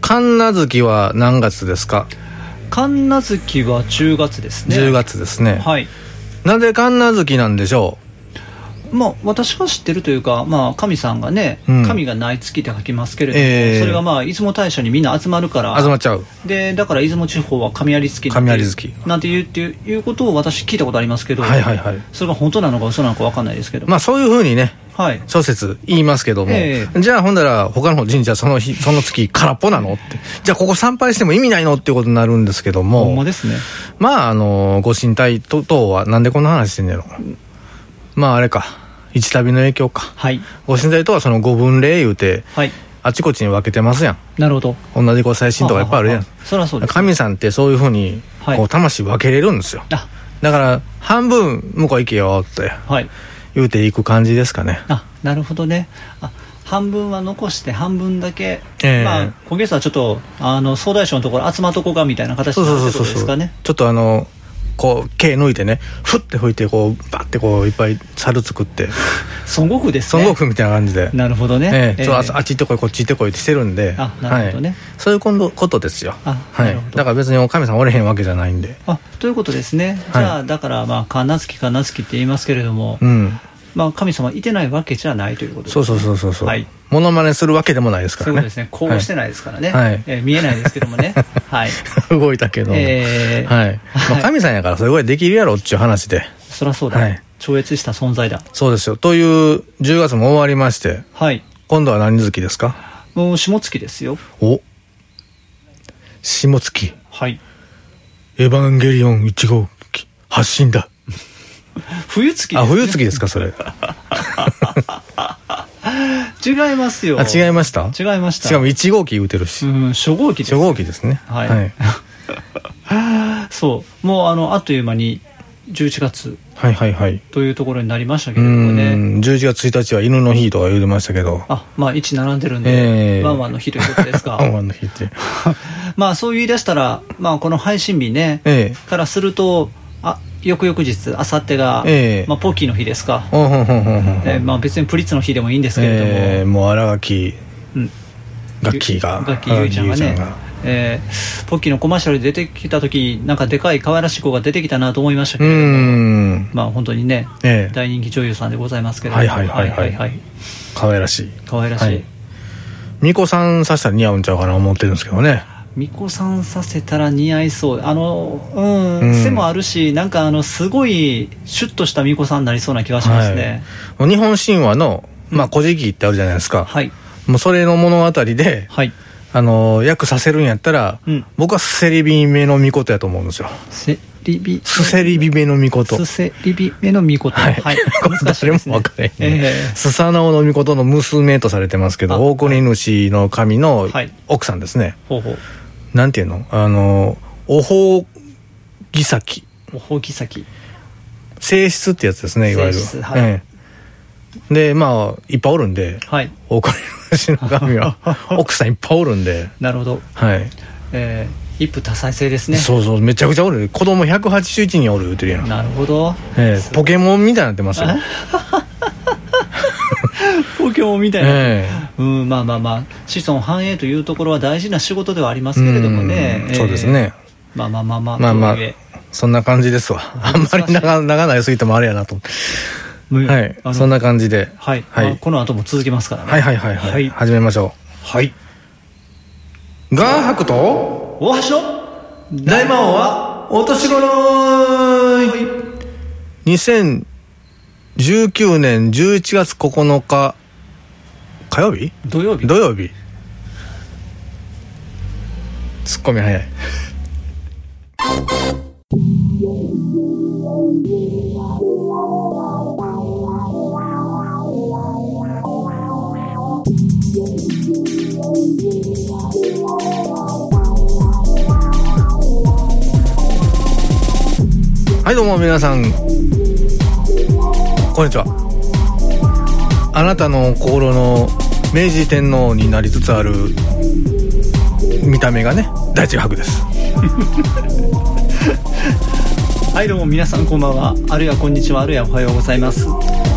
神奈月は何月ですか神奈月は10月ですね ?10 月ですね。はいなぜ神奈月なんでしょまあ私が知ってるというか、まあ、神さんがね、うん神がない月って書きますけれども、ええそれがまあ出雲大社にみんな集まるかうら集まっちゃう。でだから出雲地方は神有月なんて神有月なんていうっていういうことを私聞いたことありますけど、はいはいはいそれが本当なのか嘘なのか分かんないですけど、まあそういうふうにね、はい諸説言いますけども、えじゃあほんだら他の神社その日、その月空っぽなのって、じゃあここ参拝しても意味ないのっていうことになるんですけどほんまも、ですねまああの、ご神体等々はなんでこんな話してんねやろ。まああれか、一旅の影響か。はいご神体とはその五分霊言うて、はいあちこちに分けてますやん。なるほど同じこう最新とかいっぱいあるやはんは。はそりゃそうです神さんってそういうふうに、はいこう魂分けれるんですよ。あだから、半分向こう行けよってはい言うていく感じですかね。あなるほどねあ半分は残して半分だけ、ええまあ今月はちょっとあの総大将のところ集まっとこうかみたいな形そうになそるうそうってことでそすう。かねちょっとあの、こう、毛抜いてね、ふって吹いて、こう、バッてこう、いっぱい猿作 って、孫悟空ですね孫悟空みたいな感じで。なるほどねえ、えそうあええあっち行ってこいこっち行ってこいってしてるんであなるほどねはい、そういうことことですよあはないるほ、どだから別にお神さんおれへんわけじゃないんであということですね、じゃあ、だから、まあ、かなつきかなつきって言いますけれども、うんまあ、神様いてないわけじゃないということですそうそうそうそうそう、はいモノマネするわけでもないですかそういうらこねとですね、こうしてないですからね、はいえー見えないですけども ね、はい、動いたけど、えーはいまあ、神さんやからそれぐらいできるやろっちゅう話でそりゃそうだ、はい超越した存在だ、そうですよという10月も終わりましてはい、今度は何月ですかもう下月ですよ、お下月はい、エヴァンゲリオン1号機発信だ冬月あで冬月ですかそれす、違いますよ、あ違いました違いましたしかも1号機言うてるし、うん、初号機です初号機ですねはいそう、もうあのあっという間に11月はいはいはい。というところになりましたけうれどもね。ん、11月1日は犬の日とか言うてましたけど、あまあ、1並んでるんえで、えワンワンの日ということ ですかワンワンの日って。まあそう言い出したら、まあ、この配信日ね、ええからするとあ翌々日あさってが、ええまあ、ポッキーの日ですか、うんうんうんうんうん。えーまあ、別にプリッツの日でもいいんですけれども、えーもう荒垣、うんガッキーが。ガッキーゆいちゃんが荒ね垣結衣えーポッキーのコマーシャルで出てきた時なんかでかい可愛らしい子が出てきたなと思いましたうけど、ん。まあ本当にね、ええ大人気女優さんでございますけれどはいはいはいはい可愛らしい。可愛らしい、は巫女さんさしたら似合うんちゃうかな思ってるんですけどね。巫女さんさせたら似合いそうあのうん、うん背もあるしなんかあのすごいシュッとした巫女さんになりそうな気がしますねはい。日本神話の、まあ、古事記ってあるじゃないですか。はいもうそれの物語で、はい、あの、訳させるんやったら、うん僕はスセリビ目の巫女とやと思うんですよ。せりびスセリビ目の巫女とす。せりびめの巫女はい。 誰も分からへん、えね。えスサナオの御事の娘とされてますけあど、大国主の神のはい奥さんですね。ほうほうなんていうのあの、おほうぎさき。おほうき先性質ってやつですね、いわゆる。正室はいええで、まあ、いっぱいおるんで、はい大国主の神 は、奥さんいっぱいおるんで、なるほど、はい。えー、一夫多妻制ですねそうそう、めちゃくちゃおる。子供181人おる言うてるやん。なるほどええポケモンみたいになってますよ。東京みたいな、ええうんまあまあまあ子孫繁栄というところは大事な仕事ではありますけれどもね、うんええそうですねまあまあまあまあまあまあとはいえ、そんな感じですわ。あんまり長、長なりすぎてもあれやなと思って。うんはいあ。のそんな感じで。はい、はあい。この後も続きますからねはいはいはいは。はいい始めましょはい、う。ガーハクと大橋の大魔王はお年頃 !2019 年11月9日、火曜日土曜日土曜日。ツッコミ早い。はいどうも皆さんこんにちはあなたの心の明治天皇になりつつある見た目がね大地博ですはいどうも皆さんこんばんはあるいはこんにちはあるいはおはようございます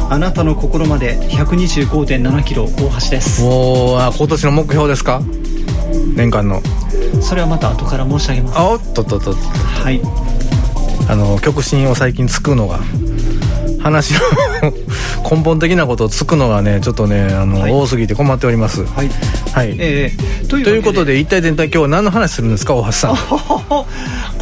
あなたの心まで125.7キロ大橋ですもうあ今年の目標ですか年間のそれはまた後から申し上げますあおっとっとっとっとはいあの極真を最近つくのが話の 根本的なことをつくのがねちょっとねあの、はい多すぎて困っておりますはいはい、えー、とということでで一体全体今日は何の話するんですか大橋さんこ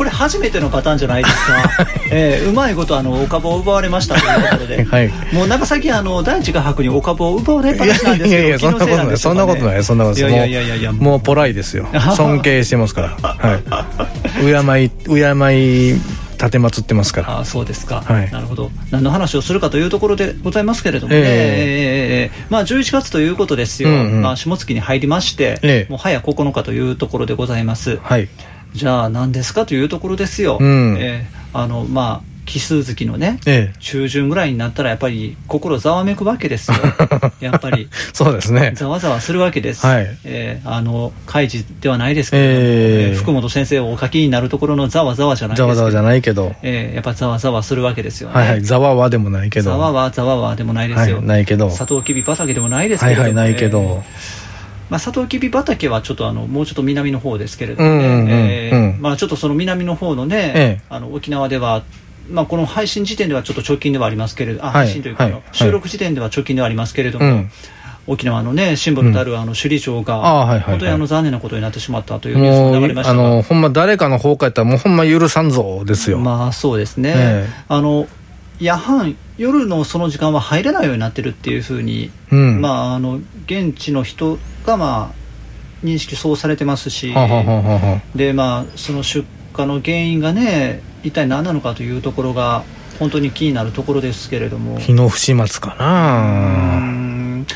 れ初めてのパターンじゃないですか、えーうまいことあのお株を奪われましたということで、はいもうなんか最近あの大地画伯にお株を奪われっぱいなしなんやですいけどやいやそんなことないそんなことないそんなこといなやいいやいやいやいやもうもうポライ ですよ尊敬してますからはい敬い敬い立てまつってますからああそうですか、はいなるほど何の話をするかというところでございますけれどもね、えええええええまあ、11月ということですよ、うんうんまあ、下月に入りまして、ええもう早9日というところでございます、はいじゃあ何ですかというところですよ、うんええあのまあ奇数月のね、ええ中旬ぐらいになったらやっぱり心ざわめくわ けですよやっぱりそうですねざわざわするわけです、はいえーあの開示ではないですけれどえも、ーえー福本先生をお書きになるところのざわざわじゃないですざわけどざわじゃないけどえーやっぱざわざわするわけですよね、はいはいざわわでもないけどざわわざわわでもないですよ、はいないけどサトウキビ畑でもないですはけれいどもはいないけえーどまあ、サトウキビ畑はちょっとあのもうちょっと南の方ですけれどもね、うんうんうんえーうんまあ、ちょっとその南の方のね、ええあの沖縄では、まあ、この配信時点ではちょっと直近ではありますけれど、あはい配信というか、あのはい収録時点では直近ではありますけれども、うん沖縄のねシンボルたるあの首里城が、ああはいはいはい本当にあの残念なことになってしまったというニュースもが流れうましあたがのほんま誰かの放火やったらもうほんま許さんぞですよ、まあそうですね、ええあの夜半夜のその時間は入れないようになってるっていうふうに、うんまあ、あの現地の人が、まあ、認識そうされてますし、はあはあはあはあでまあ、その出火の原因がね一体何なのかというところが本当に気になるところですけれども日の不始末かうーなん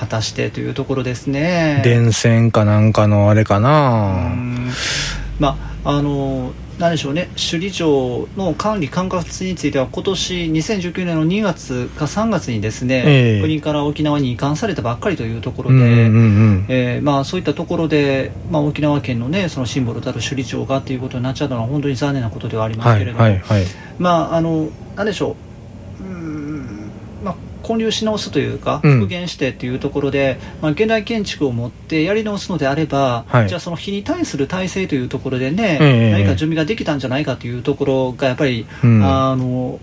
果たしてというところですね。電線かなんかのあれかうなんまああの何でしょうね首里城の管理管轄については今年2019年の2月か3月にですね、ええ国から沖縄に移管されたばっかりというところうで、んうんうんえーまあ、そういったところで、まあ、沖縄県の,、ね、そのシンボルたる首里城がということになっちゃったのは本当に残念なことではありますはけいれども、はいはいまああの何でしょううーん、まあ、建立し直すというかうん復元してというところで、まあ、現代建築を持ってやり直すのであれば、はいじゃあその日に対する体制というところでね、ええ何か準備ができたんじゃないかというところがやっぱり、うんあの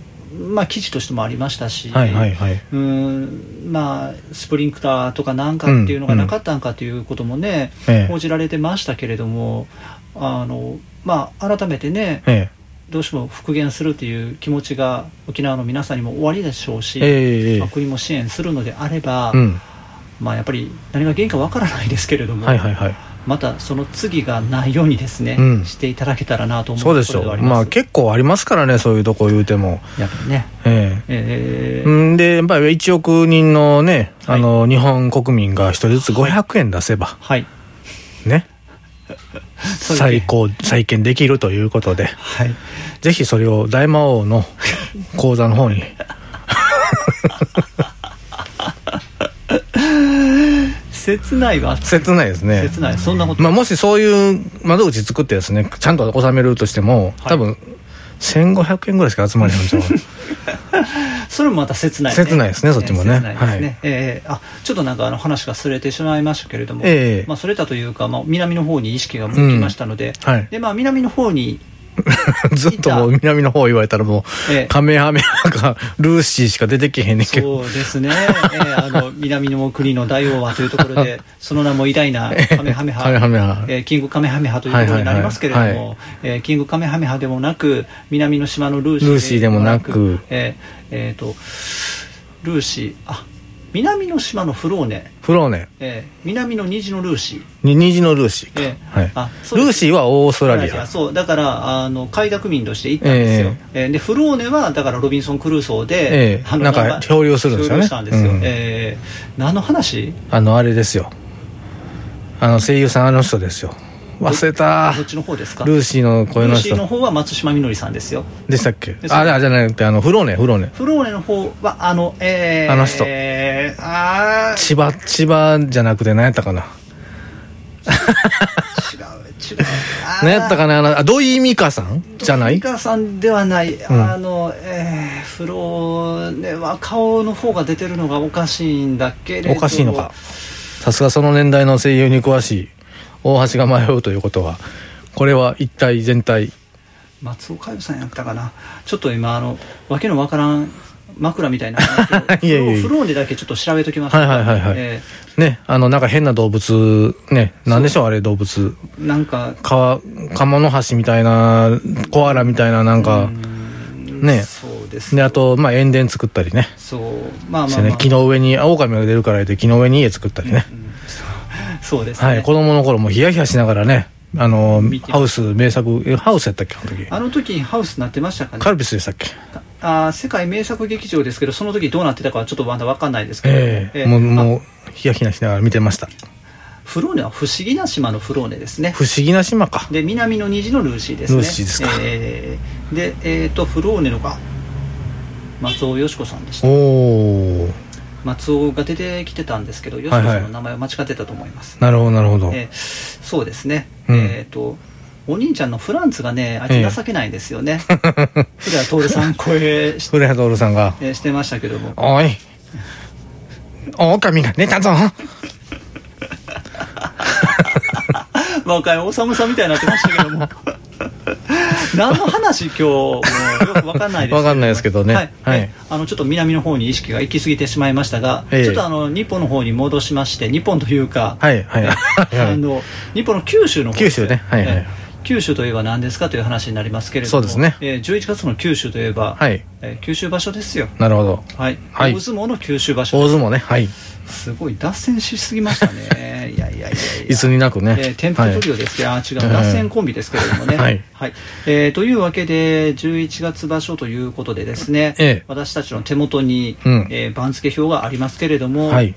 まあ、記事としてもありましたし。はいはいはいうーんまあ、スプリンクラーとかなんかっていうのがなかったんかということもね、ええ報じられてましたけれども、あのまあ、改めてね、えどうしても復元するという気持ちが沖縄の皆さんにも終わりでしょうし、えええまあ、国も支援するのであれば、うんまあ、やっぱり何が原因かわからないですけれども、はいはいはいまたその次がないようにですね、うんしていただけたらなと思うそうですところよではまああります結構ありますからねそういうとこ言うてもやっぱりね、えええーうんでやっぱり1億人のねはいあの日本国民が1人ずつ500円出せばはい、ねそういう最高再建できるということではい、 ぜひそれを大魔王の講座の方に切ないわ、切ないですね切ない、そんなこと、まあ、もしそういう窓口作ってですねちゃんと収めるとしてもはい多分、1500円ぐらいしか集まれへんじゃんそれもまた切ない、ね、切ないですねそっちもね切ないですね、はいええあちょっとなんかあの話がそれてしまいましたけれども、ええまあ、それたというか、まあ、南の方に意識が向きましたので、はいでまあ、南の方に、 ずっともう南の方言われたらもう、ええカメハメハかルーシーしか出てけへんねんけどそうですね、ええあの南の国の大王はというところで、 その名も偉大なカメハメハ、カメハメハええキングカメハメハということになりますけれども、はいはいはいええキングカメハメハでもなく、南の島のルーシールーシーでもなくえええーとルーシー、あ南の島のフローネ、フローネええ南の虹のルーシー。に虹のルーシーか、ええはい、あそうですルーシーはオーストラリアそうだからあの快諾民として行ったんですよ、えーでフローネはだからロビンソン・クルーソーで、ええなんか漂流するんですよね漂流したんですよ、うんえー何の話あのあれですよあの声優さんあの人ですよ忘れたどっちの方ですかルーシーの声ルのーシーの人方は松島みのりさんですよでしたっけですあれあじゃなくてあのフローネフローネフローネの方はあのえー、あの人えー、あー千葉千葉じゃなくて何やったかな違う違うあー何やったかなあのあ土井美香さんじゃないミカさんではない、んあの、えー、フローネは顔の方が出てるのがおかしいんだけれどおかしいのかさすがその年代の声優に詳しい大橋が迷うということはこれは一体全体松尾海部さんやったかなちょっと今あのわけのわからん枕みたいな いやいやいやフローでだけちょっと調べときましたはいはいはいはいえねあのなんか変な動物ねなんでしょうあれ動物ーなんかカカモノハシみたいなコアラみたいななんうかーんねそうですであとまあ塩田作ったりねそうまあしまてあ、まねあ木の上にオオカミが出るから言って木の上に家作ったりねうんそう そうですね、はい子供の頃もヒヤヒヤしながらねあの見てまハウス名作えハウスやったっけあの時あの時ハウスになってましたかねカルピスでしたっけあー世界名作劇場ですけどその時どうなってたかはちょっとまだ分かんないですけど、えええーもうあもうヒヤヒヤしながら見てましたフローネは不思議な島のフローネですね不思議な島かで南の虹のルーシーですねルーシーですかえーでえっ、とフローネのが松尾よし子さんでしおたお松尾が出てきてたんですけどよし子さんの名前を間違ってたと思います、なるほどなるほど、えーそうですね、うんえっ、とお兄ちゃんのフランツがねあいええつ情けないんで すよね、古谷徹さん声し,、古谷徹さんがえーしてましたけども「おい狼が寝たぞ若いおさむさんみたいになってましたけども 何の話今日もうよくわかんないですけどわかんないですけどねはい、はいえあのちょっと南の方に意識が行き過ぎてしまいましたが、ええちょっとあの日本の方に戻しまして日本というか、はいはいえはい あの日本の九州の方です九州ねはいはいええ九州といえば何ですかという話になりますけれどもそうですねええ11月の九州といえば、はいええ九州場所ですよ」なるほどはい、はい大相撲の九州場所大相撲ねはいすごい脱線しすぎました ねいやいやいやいやいつになくね、えー、テンプレトリオはいですけど、あ違う、うん脱線コンビですけれどもね。はいえーというわけで、11月場所ということでですね、ええ私たちの手元に、うんえー番付表がありますけれども、はい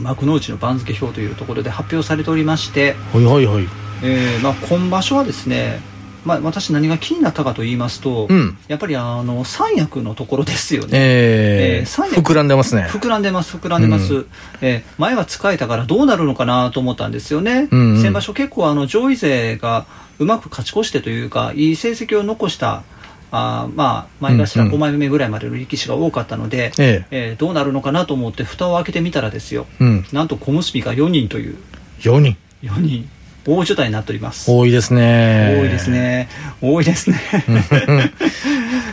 幕内の番付表というところで発表されておりまして、ほいほいほいえーまあ、今場所はですね、まあ、私何が気になったかと言いますと、うんやっぱりあの三役のところですよね。ええーー三役膨らんでますね膨らんでます膨らんでます、うえー前は使えたからどうなるのかなと思ったんですよね、うんうん先場所結構あの上位勢がうまく勝ち越してというかいい成績を残したあーまあ前頭うんうん5枚目ぐらいまでの力士が多かったので、えええーどうなるのかなと思って蓋を開けてみたらですようんなんと小結が4人という4人4人大所帯になっております多いですね多いですね、多いですね、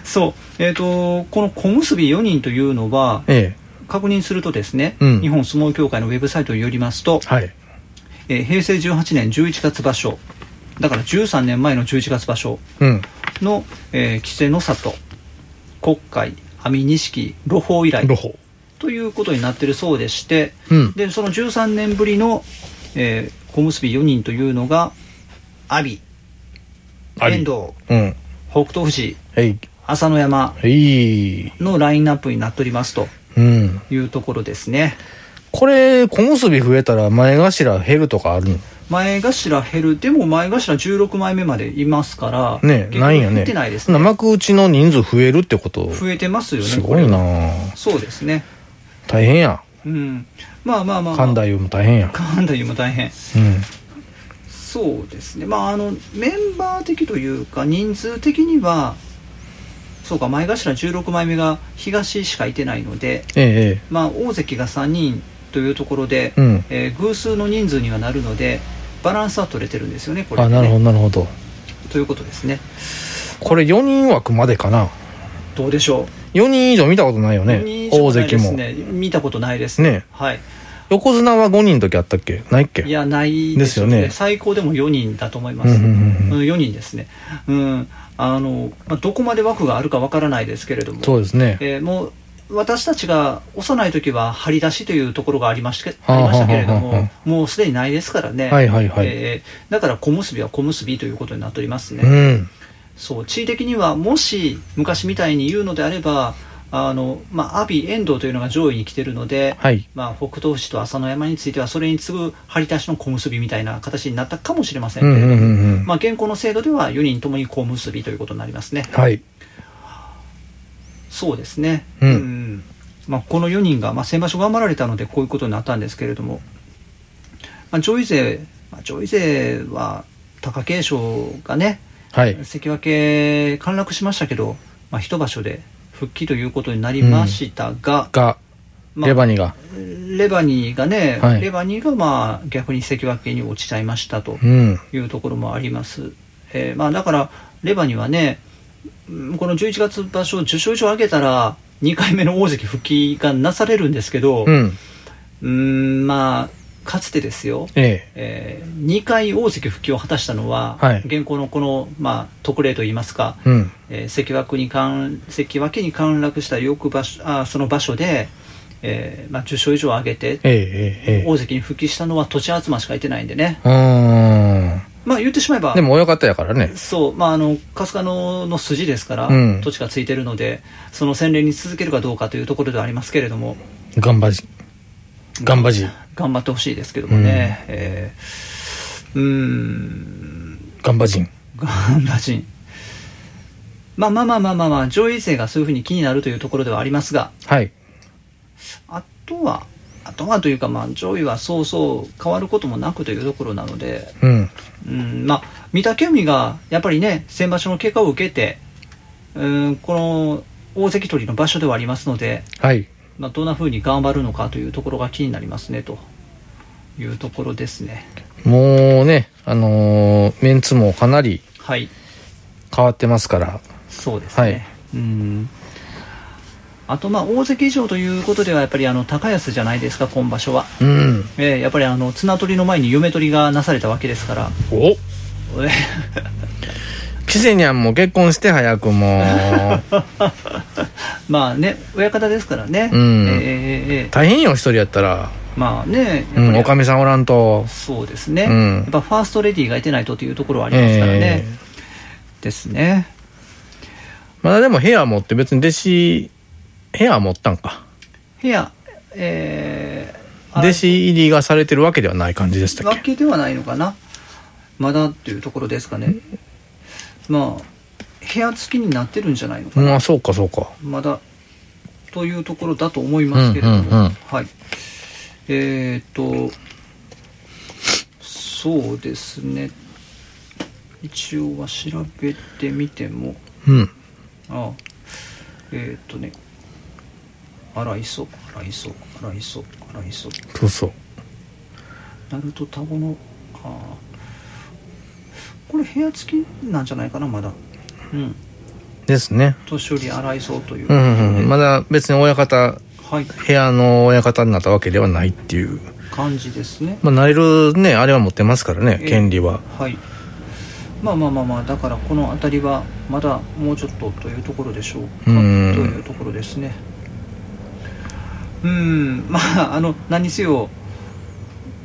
そう、えー、とこの小結4人というのは、え確認するとですね、うん日本相撲協会のウェブサイトによりますとえ、はいえー平成18年11月場所だから13年前の11月場所うんの、えー、規制の里国会網錦露法以来ロホということになってるそうでして、うんでその13年ぶりの、えー小結4人というのが阿炎阿炎遠藤うん北勝富士はい朝乃山はいのラインナップになっておりますとうんいうところですね。これ小結び増えたら前頭減るとかあるの前頭減るでも前頭16枚目までいますからね結局ないんや減ねってないですね幕内の人数増えるってこと増えてますよねすこごれいなそうですね大変やうんまあまあまあ、まあ、神田優も大変や神田湯も大変うんそうですねまああのメンバー的というか人数的にはそうか前頭16枚目が東しかいてないのでええまあ大関が3人というところで、うんえー偶数の人数にはなるのでバランスは取れてるんですよねこれあねなるほどなるほどということですねこれ4人枠までかなどうでしょう4人以上見たことないよ二ね人以上大ない関ですも、ね見たことないですねねはい横綱は5人の時あったっけないっけいやないでですすよよねね最高でも4人だと思います、うんうんうんうん4人ですねうんあの、まあ、どこまで枠があるかわからないですけれどもそうですねえーもう私たちが幼い時は張り出しというところがありましたけはあありましたけれはどあはあはももうすでにないですからねはいはいはいえーだから小結は小結ということになっておりますね、うんそう地位的にはもし昔みたいに言うのであればあの、まあ、阿炎遠藤というのが上位に来てるので、はいまあ、北勝富士と朝乃山についてはそれに次ぐ張り出しの小結びみたいな形になったかもしれませんうけんれうどんも、うんうん、まあ、現行の制度では4人ともに小結びということになりますねはいそうですね、うんまあ、この4人が、まあ、先場所頑張られたのでこういうことになったんですけれども、まあ、上位勢、まあ、上位勢は貴景勝がねはい関脇陥落しましたけど、まあ、一場所で復帰ということになりましたが、がまあレバニが。レバニーがね、はいレバニーがまあ逆に関脇に落ちちゃいましたとうん。いうところもあります、えーまあ、だからレバニーはねうんこの11月場所10勝以上上げたら2回目の大関復帰がなされるんですけど、うん。うーんまあかつてですよ、ええ2回大関復帰を果たしたのは、はい現行のこの、まあ、特例といいますか、え。うん。えー関脇に関関脇に陥落した翌場所あその場所で、えーまあ、10勝以上上げえてえええええ。大関に復帰したのは土地集ましかいてないんでね、うーん。まあ、言ってしまえばでも親方やからね。そう、まあ、あの春日野の筋ですから、うん土地がついてるのでその洗練に続けるかどうかというところではありますけれども頑張じ。頑張じ。頑張ってほしいですけどもね、えーうーん頑張じん。ガンダ人まあまあまあまあまあ、まあ、上位勢がそういうふうに気になるというところではありますがはい。あとはあとはというかまあ上位はそうそう変わることもなくというところなので、うん。うん、まあ御嶽海がやっぱりね先場所の結果を受けて、うん、この大関取りの場所ではありますので、はい。まあ、どんなふうに頑張るのかというところが気になりますねというところですねもうね、あのーメンツもかなりはい変わってますから。そうですね、はいうんあとまあ大関以上ということではやっぱりあの高安じゃないですか今場所は、うん。えーやっぱりあの綱取りの前に嫁取りがなされたわけですから おえキセニャンも結婚して早くも うまあね親方ですからね、うんえーえーえー大変よ一人やったら、まあねうやっん、おぱかりみさんおらんとそうですね、うんやっぱファーストレディーがいてないとというところはありますからね、えですねまだでも部屋持って別に弟子部屋持ったんか部屋えー、弟子入りがされてるわけではない感じでしたっわけけではないのかなまだっていうところですかねまあ部屋付きになってるんじゃないのかうんな、あそうかそうかまだというところだと思いますけれども、うんうんうんはいえー、っとそうですね一応は調べてみてもうんああえー、っとね荒磯荒磯荒磯荒磯そうそうナルトタゴのああこれ部屋付きなんじゃないかなまだうんですね年寄り洗いそうという、うんうん、うん、まだ別に親方はい部屋の親方になったわけではないっていう感じですねまあなれるねあれは持ってますからねええ権利ははいまあまあまあまあだからこの辺りはまだもうちょっとというところでしょうかとうんいうところですねうんまああの何せよ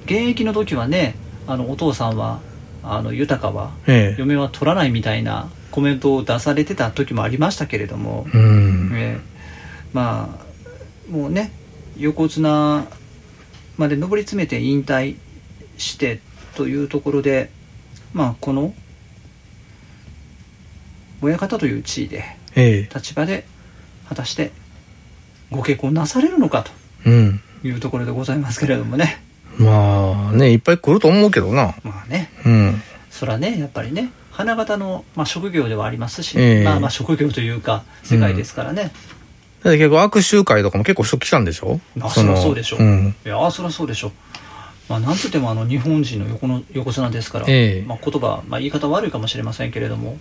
現役の時はねあのお父さんはあの豊かはええ嫁は取らないみたいなコメントを出されてた時もありましたけれども、うんえーまあもうね横綱まで上り詰めて引退してというところでまあこの親方という地位でええ立場で果たしてご結婚なされるのかうんというところでございますけれどもねまあねいっぱい来ると思うけどなまあねうんそらねやっぱりね花形の、まあ、職業ではありますし、ええまあまあ職業というか世界ですからね、だって結構握手会とかも結構しときたんでしょあのそりゃそうでしょんいやーそりゃそうでしょまあ、なんといってもあの日本人の横の横綱ですから、ええまあ、言葉、まあ、言い方悪いかもしれませんけれども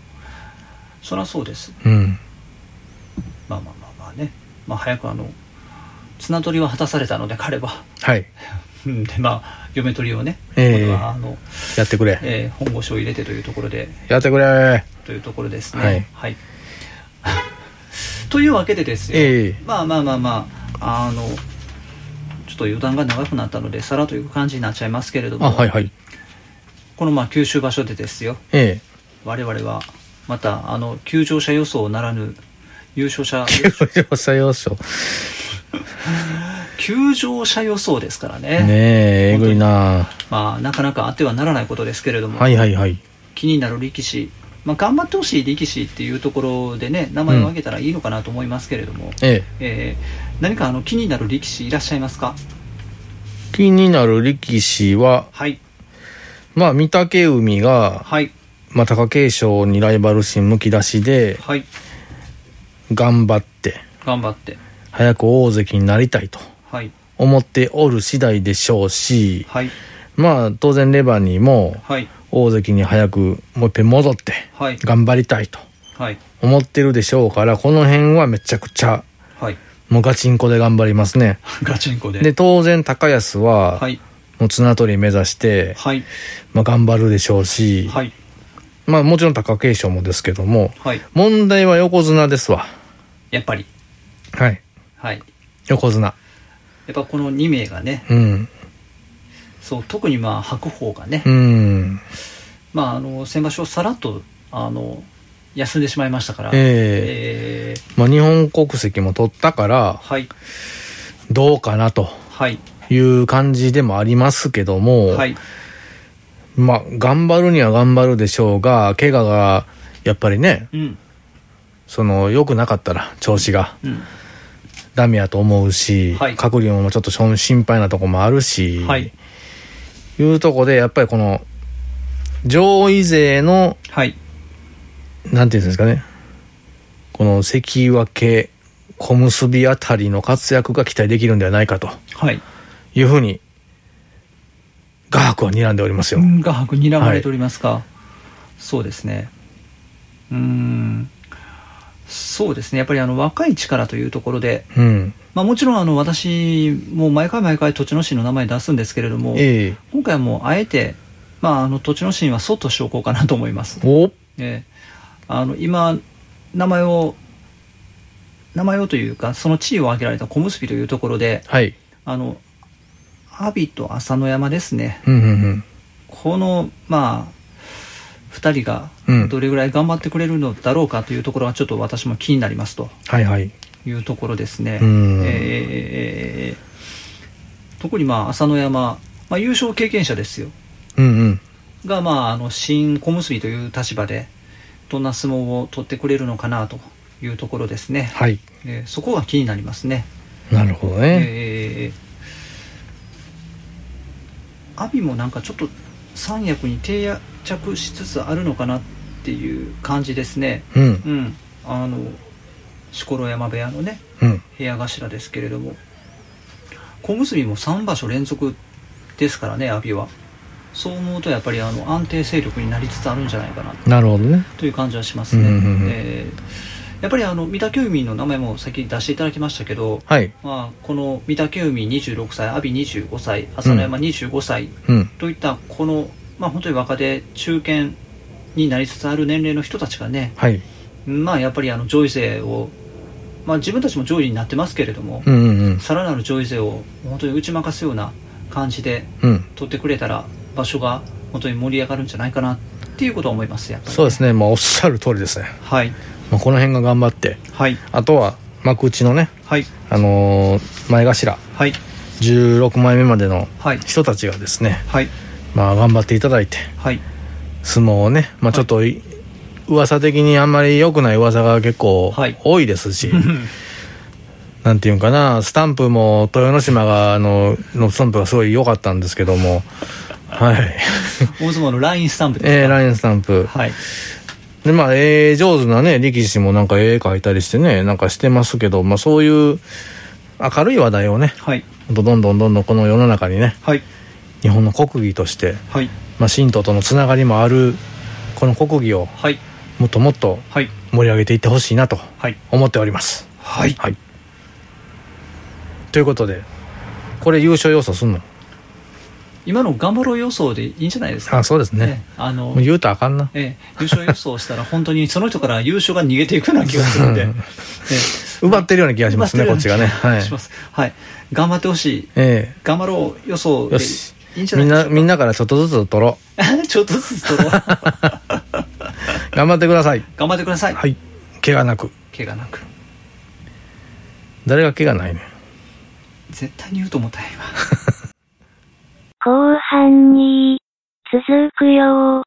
そりゃそうですうんまあまあまあまあね、まあ、早くあの綱取りは果たされたので彼ははいうんでまあ嫁取りをね、ええこれはあのやってくれ、えー本腰を入れてというところでやってくれというところですねはい、はい というわけでですよ、ええまあまあまあまああのちょっと余談が長くなったのでさらという感じになっちゃいますけれどもあはいはいこのまあ九州場所でですよえ我々はまたあの休場者予想ならぬ優勝者えよさよしょ休場者予想ですからねねええぐいなまあなかなかあってはならないことですけれども、はいはいはい気になる力士、まあ、頑張ってほしい力士っていうところでね名前を挙げたらいいのかなと思いますけれども、えええー何かあの気になる力士いらっしゃいますか気になる力士ははいまあ御嶽海が、はいまあ、貴景勝にライバル心むき出しではい頑張って頑張って早く大関になりたいとはい思っておる次第でしょうし、はいまあ当然レバニーもはい大関に早くもう一遍戻ってはい頑張りたいとはい思ってるでしょうからこの辺はめちゃくちゃはいもうガチンコで頑張りますねガチンコでで当然高安ははいもう綱取り目指して、はいまあ、頑張るでしょうし、はいまあもちろん貴景勝もですけどもはい問題は横綱ですわやっぱりはいはい横綱やっぱこの2名がねうんそう特にまあ白鵬がね、うんまああの先場所さらっとあの休んでしまいましたからえええーまあ日本国籍も取ったからはいどうかなとはいいう感じでもありますけども、はいまあ頑張るには頑張るでしょうが怪我がやっぱりねうんその良くなかったら調子がうんダメやと思うし、はい隔離もちょっと心配なとこもあるし、はいいうとこでやっぱりこの上位勢のはいなんていうんですかねこの関脇小結あたりの活躍が期待できるんではないかとはいいうふうに画伯は睨んでおりますよ。画伯にらまれておりますか、そうですねうーんそうですねやっぱりあの若い力というところで、うん、まあ、もちろんあの私もう毎回毎回栃ノ心の名前出すんですけれども、ええ今回はもうあえて、まあ、あの栃ノ心はそっとしておこうかなと思います、おええあの今名前を名前をというかその地位を挙げられた小結というところではい。あの阿炎と朝乃山ですねうんうんこのまあ2人がうんどれぐらい頑張ってくれるのだろうかというところがちょっと私も気になりますとはいはい。いうところですね。うんえー特にまあ朝乃山、まあ、優勝経験者ですようんうん。が、まあ、あの新小結という立場でどんな相撲を取ってくれるのかなというところですね、はい。えーそこが気になりますね。なるほどね。えー、アビもなんかちょっと三役に定着しつつあるのかなっていう感じですね。うんうん、あの錣山部屋のねうん。部屋頭ですけれども小結も3場所連続ですからね阿炎はそう思うとやっぱりあの安定勢力になりつつあるんじゃないかななるほどね。という感じはしますね、うんうんうんえーやっぱりあの御嶽海の名前も先に出していただきましたけど、はい。まあ、この御嶽海26歳、阿炎25歳、朝乃山25歳うん。といった、この、まあ、本当に若手、中堅になりつつある年齢の人たちがね、はい。まあ、やっぱりあの上位勢を、まあ、自分たちも上位になってますけれどもう、んうんうん。さらなる上位勢を本当に打ち負かすような感じでうん。取ってくれたら、場所が本当に盛り上がるんじゃないかなっていうことは思います、やっぱり、そうですね。まあおっしゃる通りですね。はい、まあこの辺が頑張って。はい、あとは幕内のね、はい、あのー前頭はい、 16枚目までのはい、人たちがですね、はい、まあ頑張っていただいて、はい、相撲をね、まあちょっとい、噂的にあんまり良くない噂が結構はい多いです し、なんていうんかな、スタンプも豊ノ島が、あの、のスタンプがすごい良かったんですけども、はい。大相撲のラインスタンプですか。えー、ラインスタンプ。はいで、まあ、えー、上手なね、力士もなんか絵描いたりしてね、なんかしてますけど、まあそういう明るい話題をね、はいほんとどんどんどんどんこの世の中にね、はい日本の国技として、はいまあ神道とのつながりもある、この国技をはいもっともっとはい盛り上げていってほしいなとはい思っております。はいはい。ということで、これ優勝予想すんの今の頑張ろう予想でいいんじゃないですかあ、そうですね。ええあのもう言うとあかんな。ええ優勝予想したら本当にその人から優勝が逃げていくような気が するんで、え奪ってるような気がしますね、こっちがね。ははいい。しますはい頑張ってほしいえ頑張ろう予想えでよいし。いんじゃなみんいでしな、ょうかみんなからちょっとずつ取ろ ちょっとずつとろうう。頑張ってください。頑張ってください、はい。怪我なく。怪我なく誰が怪我ないねん。絶対に言うと思ったよ今後半に続くよ